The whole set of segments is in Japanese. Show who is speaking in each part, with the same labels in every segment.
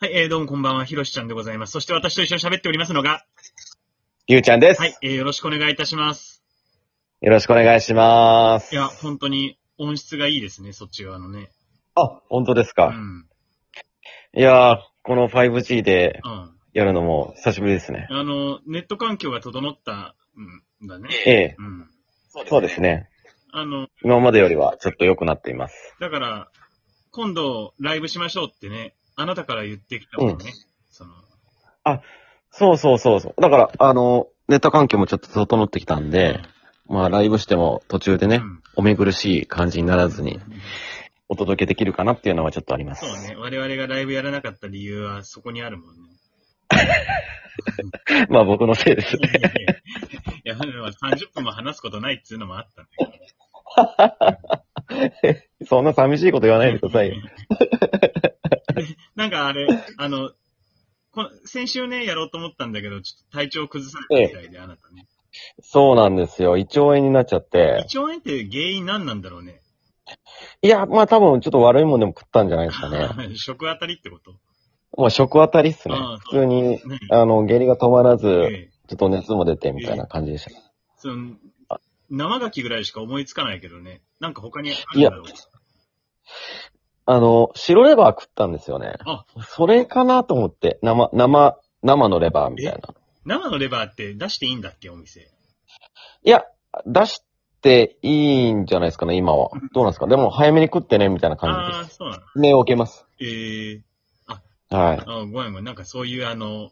Speaker 1: はい、えー、どうもこんばんは、ひろしちゃんでございます。そして私と一緒に喋っておりますのが、
Speaker 2: ゆうちゃんです。
Speaker 1: はい、えー、よろしくお願いいたします。
Speaker 2: よろしくお願いします。
Speaker 1: いや、本当に音質がいいですね、そっち側のね。
Speaker 2: あ、本当です
Speaker 1: う
Speaker 2: か。
Speaker 1: ん。
Speaker 2: いやー、この 5G で
Speaker 1: うん。
Speaker 2: やるのも久しぶりですね。
Speaker 1: あの、ネット環境が整った、うん、だね。
Speaker 2: ええ、
Speaker 1: うん。
Speaker 2: そうですね。
Speaker 1: あの、
Speaker 2: 今までよりはちょっと良くなっています。
Speaker 1: だから、今度ライブしましょうってね、あなたから言ってきたもんね。その、
Speaker 2: そうそうそうそう。だから、あの、ネット環境もちょっと整ってきたんで、まあライブしても途中で
Speaker 1: う
Speaker 2: ね、
Speaker 1: ん
Speaker 2: お見苦しい感じにならずにお届けできるかなっていうのはちょっとあります。
Speaker 1: そうね、我々がライブやらなかった理由はそこにあるもんね。
Speaker 2: まあ僕のせいです
Speaker 1: い。やいやいや、いやまあ30分も話すことないっていうのもあったんだけど。
Speaker 2: そんな寂しいこと言わないでくださいよ。
Speaker 1: なんかあれ、あの、この先週ね、やろうと思ったんだけど、ちょっと体調崩されたみたいで、あなたね。
Speaker 2: そうなんですよ。胃腸炎になっちゃって
Speaker 1: 胃。腸炎って原因何なんだろうね。
Speaker 2: いや、まあ多分ちょっと悪いもんでも食ったんじゃないですか ね。
Speaker 1: 食当たりってこと
Speaker 2: まあ、食当たりっすね
Speaker 1: ああ。
Speaker 2: 普通に、
Speaker 1: ね
Speaker 2: あの、下痢が止まらず、
Speaker 1: ええ
Speaker 2: ちょっと熱も出て、みたいな感じでした。
Speaker 1: その生牡蠣ぐらいしか思いつかないけどね。なんか他にあるんだろう。
Speaker 2: あの、白レバー食ったんですよね。
Speaker 1: あ、
Speaker 2: それかなと思って、生、生、生のレバーみたいな。
Speaker 1: 生のレバーって出していいんだっけ、お店。
Speaker 2: いや、出していいんじゃないですかね、今は。どうなんですかでも、早めに食ってね、みたいな感
Speaker 1: あ
Speaker 2: じで
Speaker 1: あー、
Speaker 2: す。
Speaker 1: そうなの。
Speaker 2: 目を受けます。
Speaker 1: ええ
Speaker 2: はい。
Speaker 1: あごめんごめん。なんかそういう、あの、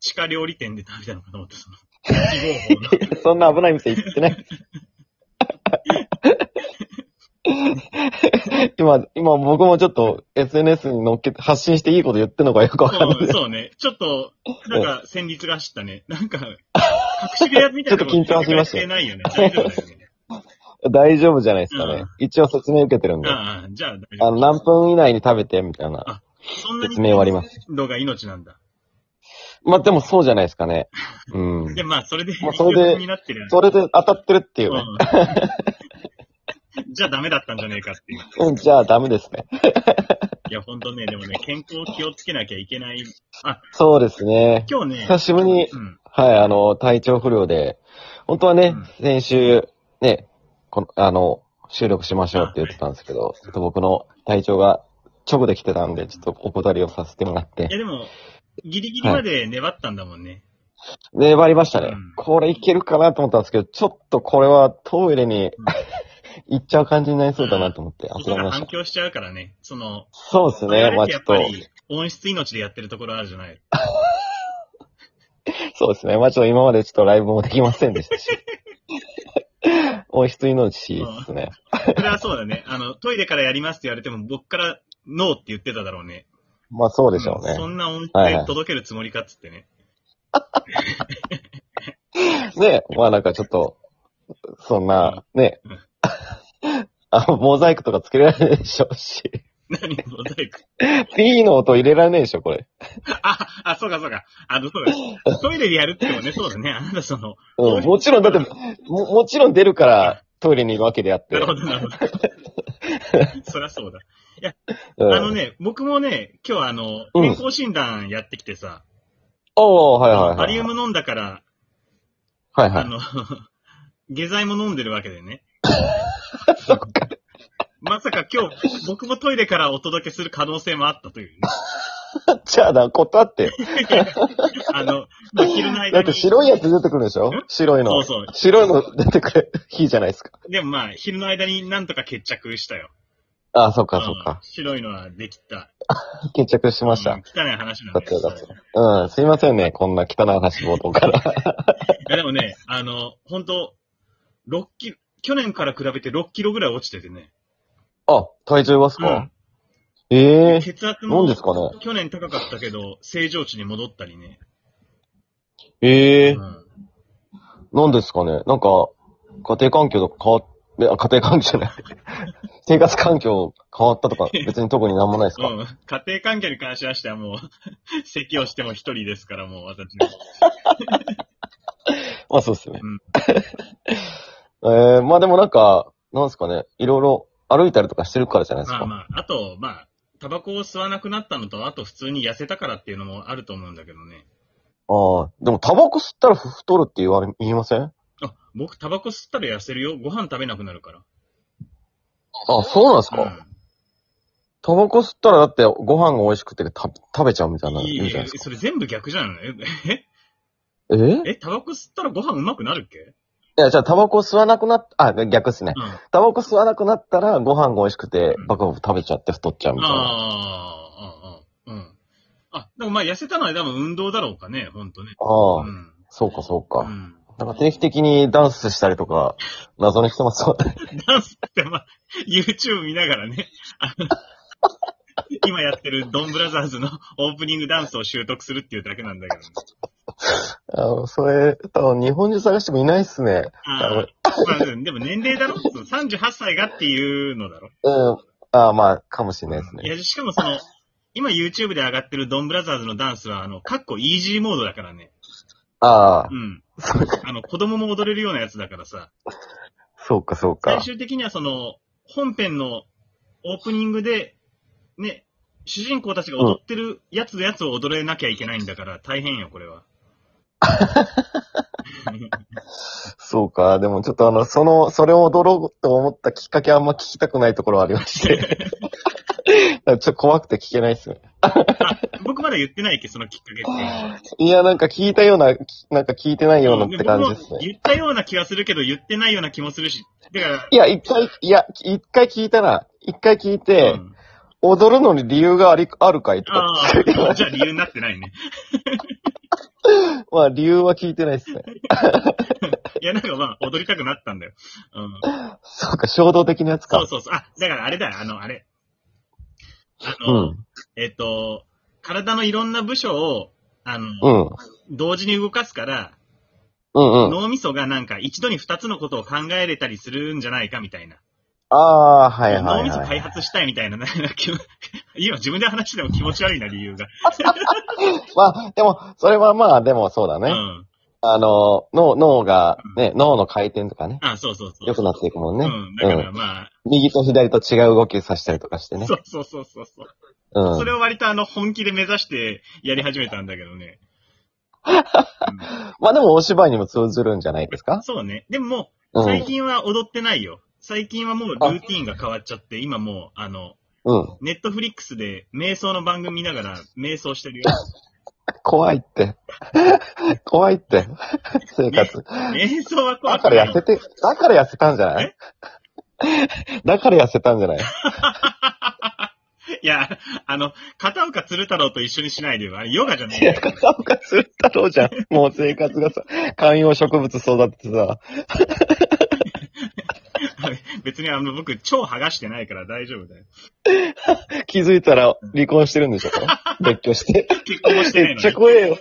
Speaker 1: 地下料理店で食べたのかと思って、その、地方法の。
Speaker 2: そんな危ない店行ってない。 今、今僕もちょっと SNS に乗っけて発信していいこと言ってんのかよくわかんない
Speaker 1: うんそうね。ちょっと、なんか、戦慄が走ったね。なんか、隠し部屋みたいな
Speaker 2: ちょっと緊張しました
Speaker 1: てないよね。大丈夫だよ ね。
Speaker 2: 大丈夫じゃないですかね。
Speaker 1: うん
Speaker 2: 一応説明受けてるんで。あ
Speaker 1: ああ、じゃあ大丈
Speaker 2: の、何分以内に食べて、みたいな
Speaker 1: あ夫。そんなに
Speaker 2: 説明はあります。
Speaker 1: 度が命なんだ。
Speaker 2: まあ、でもそうじゃないですかね。うん
Speaker 1: で、。まあ、それで、
Speaker 2: まあそれで
Speaker 1: 気になってるよね
Speaker 2: それで当たってるっていうね。
Speaker 1: うんじゃあダメだったんじゃねえかっていう。
Speaker 2: うん、じゃあダメですね。
Speaker 1: いや、ほんとね、でもね、健康気をつけなきゃいけない。
Speaker 2: そうですね。
Speaker 1: 今日ね、
Speaker 2: 久しぶりに、
Speaker 1: うん。
Speaker 2: はい、あの、体調不良で、本当はね、先週、ね、この、あの、収録しましょうって言ってたんですけど、ちょっと僕の体調が直で来てたんで、ちょっとお断りをさせてもらっ
Speaker 1: い
Speaker 2: て
Speaker 1: や、。でも、ギリギリまで粘ったんだもんね。
Speaker 2: 粘りましたね。
Speaker 1: うん
Speaker 2: これいけるかなと思ったんですけど、ちょっとこれはトイレに 行っちゃう感じになりそうだなと思って
Speaker 1: 音
Speaker 2: 諦め
Speaker 1: が
Speaker 2: まし
Speaker 1: 反
Speaker 2: た。
Speaker 1: 響しちゃうからね。その、
Speaker 2: そうです
Speaker 1: 我
Speaker 2: ね。
Speaker 1: 々
Speaker 2: ま
Speaker 1: っ
Speaker 2: あ
Speaker 1: て
Speaker 2: ち
Speaker 1: や
Speaker 2: ょ
Speaker 1: っ
Speaker 2: っ
Speaker 1: ぱ
Speaker 2: と、
Speaker 1: り、音質命でやってるところあるじゃない。
Speaker 2: そうですね。まあちょっと今までちょっとライブもできませんでした し。お質命ですね。
Speaker 1: それはそうだね。あの、トイレからやりますって言われても、僕からノーって言ってただろうね。
Speaker 2: まあそうでしょう
Speaker 1: うんそ
Speaker 2: ね。
Speaker 1: んな音
Speaker 2: はいは
Speaker 1: 程
Speaker 2: い
Speaker 1: 届けるつもりかっつってね。
Speaker 2: ねまあなんかちょっと、そんな、ね
Speaker 1: うん。
Speaker 2: あの、モザイクとかつけられないでしょうし。
Speaker 1: 何モザイク。
Speaker 2: P の音入れられないでしょ、これ。
Speaker 1: あ、あ、そうかそうか。あの、そうだ。トイレでやるってもね、そうだね。あなたその、
Speaker 2: うん、もちろん、だって、も、もちろん出るからトイレにいるわけであって。
Speaker 1: なるほど、なる ほど。そりゃそうだ。
Speaker 2: うん
Speaker 1: あのね、僕もね、今日はあの、
Speaker 2: うん
Speaker 1: 健康診断やってきてさ、
Speaker 2: おー、はいはいはい。
Speaker 1: バリウム飲んだから、
Speaker 2: はいは
Speaker 1: あ
Speaker 2: い。
Speaker 1: の、 下剤も飲んでるわけでね。
Speaker 2: そっか。
Speaker 1: まさか今日、僕もトイレからお届けする可能性もあったというね。
Speaker 2: じゃあな、断ってよ。
Speaker 1: あの、まあ、昼の間に。
Speaker 2: だって白いやつ出てくるでしょ
Speaker 1: ん
Speaker 2: 白いの。
Speaker 1: そうそう
Speaker 2: 白いの出てくる日じゃないですか。
Speaker 1: でもまあ、昼の間になんとか決着したよ。
Speaker 2: ああ、そっか
Speaker 1: ん
Speaker 2: そっか。
Speaker 1: 白いのはできた。
Speaker 2: 決着しまし
Speaker 1: う
Speaker 2: た
Speaker 1: ん。汚い話なんだ
Speaker 2: よかっ
Speaker 1: け
Speaker 2: たよ
Speaker 1: ど
Speaker 2: かった。うん、すいませんね、こんな汚い話冒 頭から。
Speaker 1: いやでもね、あの、本当6キロ、去年から比べて6キロぐらい落ちててね。
Speaker 2: あ、体重はす
Speaker 1: うん
Speaker 2: か、ええー、
Speaker 1: 血圧
Speaker 2: 何
Speaker 1: も
Speaker 2: ですかね
Speaker 1: 去年高かったけど、正常値に戻ったりね。
Speaker 2: ええ
Speaker 1: う
Speaker 2: ー、
Speaker 1: ん、
Speaker 2: 何ですかねなんか、家庭環境とか変わっ、えあ家庭環境じゃない。 生活環境変わったとか、別に特になんもないですか、
Speaker 1: うん。家庭環境に関しましてはもう、 咳をしても一人ですから、もう私ね。
Speaker 2: まあそうですね。 えー、まあでもなんか、なんですかね、いろいろ歩いたりとかしてるからじゃないです
Speaker 1: ま
Speaker 2: か。
Speaker 1: あまあ、あと、まあ、タバコを吸わなくなったのと、あと普通に痩せたからっていうのもあると思うんだけどね。
Speaker 2: ああ、でもタバコ吸ったらふ太るって言われ、言いません
Speaker 1: あ、僕タバコ吸ったら痩せるよ。ご飯食べなくなるから。
Speaker 2: あ、そうなんですか、
Speaker 1: う
Speaker 2: タバコ吸ったらだってご飯が美味しくてた食べちゃうみたい
Speaker 1: ん。
Speaker 2: なの
Speaker 1: い
Speaker 2: 言う
Speaker 1: い
Speaker 2: じゃな
Speaker 1: え
Speaker 2: いですか。
Speaker 1: それ全部逆じゃん。え、
Speaker 2: えい
Speaker 1: え、え、タバコ吸ったらご飯うまくなるっけ
Speaker 2: や、じゃあタバコ吸わなくなっ、あ、逆ですね。
Speaker 1: うん。
Speaker 2: タバコ吸わなくなったらご飯が美味しくて
Speaker 1: うん
Speaker 2: バクバク食べちゃって太っちゃうみたいな。
Speaker 1: ああ、ああ、うん。あ、でもまあ痩せたのは多分運動だろうかね、ほんとね。
Speaker 2: ああ、
Speaker 1: うん。
Speaker 2: そうかそう
Speaker 1: う
Speaker 2: か。
Speaker 1: ん。
Speaker 2: なんか定期的にダンスしたりとか、謎にしてますよね。
Speaker 1: ダンスってまあ、YouTube 見ながらね、 あの今やってるドンブラザーズのオープニングダンスを習得するっていうだけなんだけど、ね。
Speaker 2: あの、それ、多分日本中探してもいないっすね。
Speaker 1: ああ、まあでもでも年齢だろ ?38 歳がっていうのだろ
Speaker 2: うん。ああ、まあ、かもしれないです
Speaker 1: い
Speaker 2: ね。
Speaker 1: や、しかもそ の、今 YouTube で上がってるドンブラザーズのダンスは、あの、かっこイージーモードだからね。
Speaker 2: ああ
Speaker 1: う、ん。
Speaker 2: そうか、
Speaker 1: あの、子供も踊れるようなやつだからさ。
Speaker 2: そうか、そうか
Speaker 1: 最。終的にはその、本編のオープニングで、ね、主人公たちが踊ってるやつのやつを踊れなきゃいけないんだから、大変よ、これ は。
Speaker 2: そうか。でもちょっとあの、その、それを踊ろうと思ったきっかけあんま聞きたくないところはありまして。 ちょっと怖くて聞けないっすね。
Speaker 1: あ僕まだ言ってないっけ、そのきっかけって。
Speaker 2: いや、なんか聞いたような、きなんか聞いてないようなって感じです
Speaker 1: 僕も
Speaker 2: ね。
Speaker 1: 言ったような気はするけど、言ってないような気もするし。だから、
Speaker 2: いや、一回、いや、一回聞いたら、一回聞いて、
Speaker 1: うん
Speaker 2: 踊るのに理由があり、あるかいとか。
Speaker 1: ああ、じゃあ理由になってないね。
Speaker 2: まあ、理由は聞いてないっすね。
Speaker 1: いや、なんかまあ、踊りたくなったんだよ。うん。
Speaker 2: そうか、衝動的なやつ
Speaker 1: そう
Speaker 2: か。
Speaker 1: そうそう。あ、だからあれだよ、あの、あれ。あ
Speaker 2: う
Speaker 1: の、
Speaker 2: ん。
Speaker 1: えっと、体のいろんな部署を、あの、
Speaker 2: うん。
Speaker 1: 同時に動かすから、
Speaker 2: うんうん。
Speaker 1: 脳みそがなんか一度に二つのことを考えれたりするんじゃないかみたいな。
Speaker 2: ああ、はいは
Speaker 1: 脳
Speaker 2: い
Speaker 1: みそ開
Speaker 2: はい。
Speaker 1: 発したいみたいな、なんか気持ち 今自分で話しても気持ち悪いな、理由が。
Speaker 2: まあ、でも、それはまあ、でもそうだ
Speaker 1: う
Speaker 2: ね。
Speaker 1: ん。
Speaker 2: あの、脳、脳が、ね、脳の回転とかね、
Speaker 1: あ、そうそうそう。
Speaker 2: 良くなっていくもんね。
Speaker 1: うん。だか
Speaker 2: う
Speaker 1: ら
Speaker 2: ん
Speaker 1: まあ、
Speaker 2: 右と左と違う動きをさせたりとかしてね。
Speaker 1: そうそうそうそうそう。
Speaker 2: う
Speaker 1: それ
Speaker 2: ん。
Speaker 1: を割とあの、本気で目指してやり始めたんだけどね。
Speaker 2: まあでもお芝居にも通ずるんじゃないですか
Speaker 1: そうね。でもも
Speaker 2: う
Speaker 1: う、最
Speaker 2: ん。
Speaker 1: 近は踊ってないよ。最近はもうルーティーンが変わっちゃって、今もう、あの、
Speaker 2: うん。
Speaker 1: ネットフリックスで瞑想の番組見ながら瞑想してる よ。
Speaker 2: 怖いって。怖いって。生活。
Speaker 1: 瞑想は怖
Speaker 2: だ
Speaker 1: く
Speaker 2: か
Speaker 1: ない
Speaker 2: ら痩せて、だから痩せたんじゃないだから痩せたんじゃない
Speaker 1: いや、あの、片岡鶴太郎と一緒にしないでよ。あれヨガじゃない
Speaker 2: いや、片岡鶴太郎じゃん。もう生活がさ、観葉植物育ててさ。
Speaker 1: 別にあの、僕、超剥がしてないから大丈夫だよ。
Speaker 2: 気づいたら離婚してるんでしょ 別居して。
Speaker 1: 結婚もしてな
Speaker 2: め
Speaker 1: い
Speaker 2: っ
Speaker 1: の
Speaker 2: ちゃ
Speaker 1: に。
Speaker 2: 怖えよ。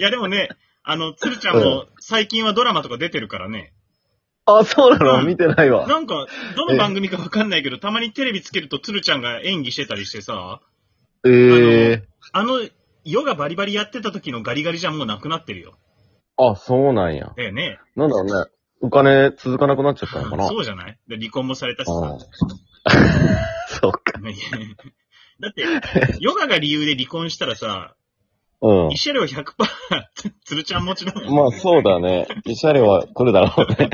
Speaker 1: いや、でもね、あの、鶴ちゃんも最近はドラマとか出てるからね。
Speaker 2: あ、そうな
Speaker 1: う
Speaker 2: の
Speaker 1: ん
Speaker 2: 見てないわ。
Speaker 1: なんか、どの番組かわかんないけど、たまにテレビつけると鶴ちゃんが演技してたりしてさ、
Speaker 2: ええ
Speaker 1: あの、ヨガバリバリやってた時のガリガリじゃもうなくなってるよ。
Speaker 2: あ、そうなんや。
Speaker 1: だよね。
Speaker 2: なんだろうね。お金続かなくなっちゃったのかな。
Speaker 1: そうじゃないで離婚もされたし
Speaker 2: ああ
Speaker 1: さ。
Speaker 2: そうか。
Speaker 1: だって、ヨガが理由で離婚したらさ、
Speaker 2: うん
Speaker 1: 慰。謝料100%、鶴ちゃん持ちだもんね。
Speaker 2: まあそうだね。慰謝料は来るだろうね。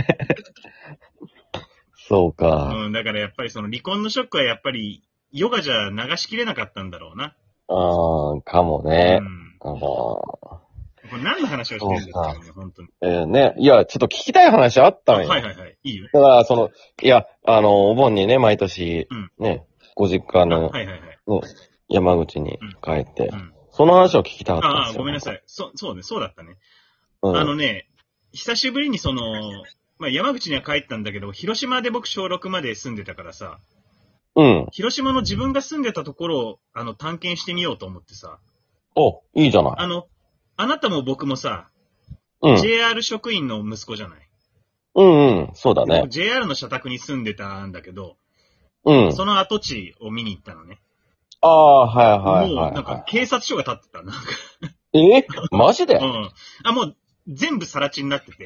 Speaker 2: そうか。
Speaker 1: うん、だからやっぱりその離婚のショックはやっぱり、ヨガじゃ流しきれなかったんだろうな。
Speaker 2: ああ、かも
Speaker 1: う
Speaker 2: ね。
Speaker 1: ん。
Speaker 2: あの
Speaker 1: これ何の話をしてるんですかね、本当に。
Speaker 2: えーね。いや、ちょっと聞きたい話あった
Speaker 1: は
Speaker 2: の
Speaker 1: い
Speaker 2: よ。
Speaker 1: はいはい。いいよ。
Speaker 2: だから、その、いや、あの、お盆にね、毎年
Speaker 1: うん、
Speaker 2: ね、ご実家
Speaker 1: あ
Speaker 2: の
Speaker 1: はいはいはい。
Speaker 2: 山口に帰って
Speaker 1: う、ん。
Speaker 2: その話を聞きたかったん
Speaker 1: あ
Speaker 2: で
Speaker 1: あ、
Speaker 2: すよ。
Speaker 1: ごめんなさ
Speaker 2: い。
Speaker 1: い。そ、そうね、そうだったね。
Speaker 2: うん、
Speaker 1: あのね、久しぶりにその、まあ、山口には帰ったんだけど、広島で僕小6まで住んでたからさ、
Speaker 2: うん。
Speaker 1: 広島の自分が住んでたところを、あの、探検してみようと思ってさ、
Speaker 2: お、いいじゃない。
Speaker 1: あの、あなたも僕もさ、
Speaker 2: うん。
Speaker 1: JR 職員の息子じゃない。
Speaker 2: うんうん。そうだね
Speaker 1: 僕。JR の社宅に住んでたんだけど、
Speaker 2: うん。
Speaker 1: その跡地を見に行ったのね。
Speaker 2: ああ、はいはい
Speaker 1: も
Speaker 2: は
Speaker 1: う、
Speaker 2: い
Speaker 1: なん
Speaker 2: は
Speaker 1: か警察署が建ってた。なんか、
Speaker 2: い。えマジで
Speaker 1: うん。あ、もう、全部更地になってて、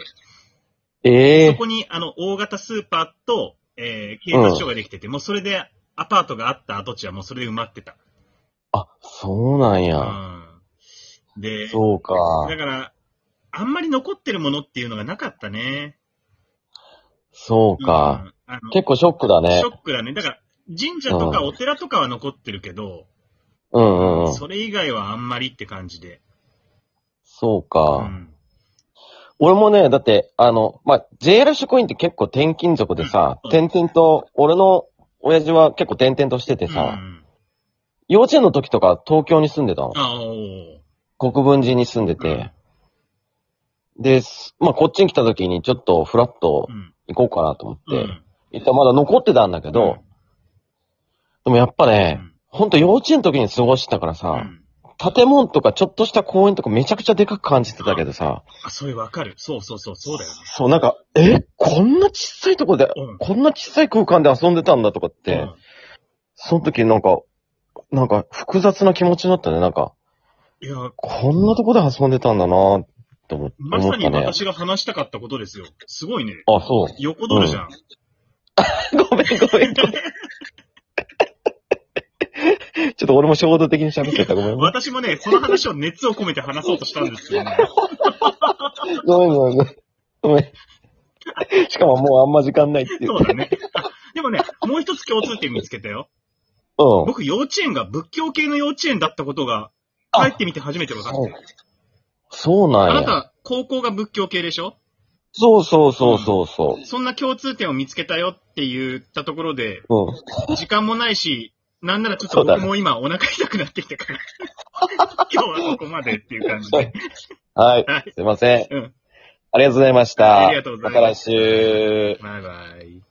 Speaker 2: え
Speaker 1: そ
Speaker 2: え
Speaker 1: こに、あの、大型スーパーと、えー警察署ができてて、もうそれでアパートがあった跡地はもうそれで埋まってた。
Speaker 2: あ、そうなん
Speaker 1: う
Speaker 2: や。
Speaker 1: ん。で、
Speaker 2: そうか。
Speaker 1: だから、あんまり残ってるものっていうのがなかったね。
Speaker 2: そうか。
Speaker 1: うん。あの
Speaker 2: 結構ショックだね
Speaker 1: ショ。ックだね。だから、神社とかお寺とかは残ってるけど、
Speaker 2: うんうんうん。
Speaker 1: それ以外はあんまりって感じで。
Speaker 2: そう
Speaker 1: う
Speaker 2: か。
Speaker 1: ん。
Speaker 2: 俺もね、だって、あの、まあ、JR 職員って結構転勤族でさ
Speaker 1: う、ん
Speaker 2: 転々と、俺の親父は結構転々としてて
Speaker 1: う
Speaker 2: さ、
Speaker 1: ん、
Speaker 2: 幼稚園の時とか東京に住んでたの。
Speaker 1: あお
Speaker 2: 国分寺に住んでて。で、すまあ、こっちに来た時にちょっとフラッと
Speaker 1: ーうん。
Speaker 2: 行こうかなと思っ
Speaker 1: う
Speaker 2: て、
Speaker 1: ん
Speaker 2: 一旦まだ残ってたんだけど、でもやっぱ
Speaker 1: う
Speaker 2: ね、
Speaker 1: ん
Speaker 2: ほんと幼稚園の時に過ごしてたから
Speaker 1: う
Speaker 2: さ、
Speaker 1: ん
Speaker 2: 建物とかちょっとした公園とかめちゃくちゃでかく感じてたけどさ、
Speaker 1: あ、それわかる。そうそうそう、そうだよね。
Speaker 2: そうなんか、えこんな小さいとこで、
Speaker 1: うん
Speaker 2: こんな小さい空間で遊んでたんだとかって、
Speaker 1: うん
Speaker 2: その時なんか、なんか複雑な気持ちになったね。なんか、
Speaker 1: いや、
Speaker 2: こんなとこで遊んでたんだなぁ、と思
Speaker 1: ま
Speaker 2: 思っ
Speaker 1: さ
Speaker 2: た
Speaker 1: に
Speaker 2: ね。
Speaker 1: 私が話したかったことですよ。すごいね。
Speaker 2: あ、そう。
Speaker 1: 横取るじゃん。
Speaker 2: ごめんごめん。ちょっと俺も衝動的に喋っちゃった。ごめん。ごめん
Speaker 1: 私もね、その話を熱を込めて話そうとしたんですけどね。
Speaker 2: ごめんごめん。ごめん。しかももうあんま時間ないっていう。
Speaker 1: そうだね。あでもね、もう一つ共通点見つけたよ。
Speaker 2: うん。
Speaker 1: 僕、幼稚園が仏教系の幼稚園だったことが、帰ってみて初めて分かった。
Speaker 2: そう
Speaker 1: あ
Speaker 2: なん
Speaker 1: な
Speaker 2: や。
Speaker 1: た、高校が仏教系でしょ
Speaker 2: そうそうそうそうそ
Speaker 1: そんな共通点を見つけたよって言ったところで、
Speaker 2: う。うん。
Speaker 1: 時間もないし、なんならちょっと僕も今お腹痛くなってきた から、今日はここまでっていう感じで。
Speaker 2: はい
Speaker 1: はい。
Speaker 2: すいません。
Speaker 1: うん
Speaker 2: ありがとうございました。
Speaker 1: ありがとうございます
Speaker 2: た来週。
Speaker 1: バイバイ。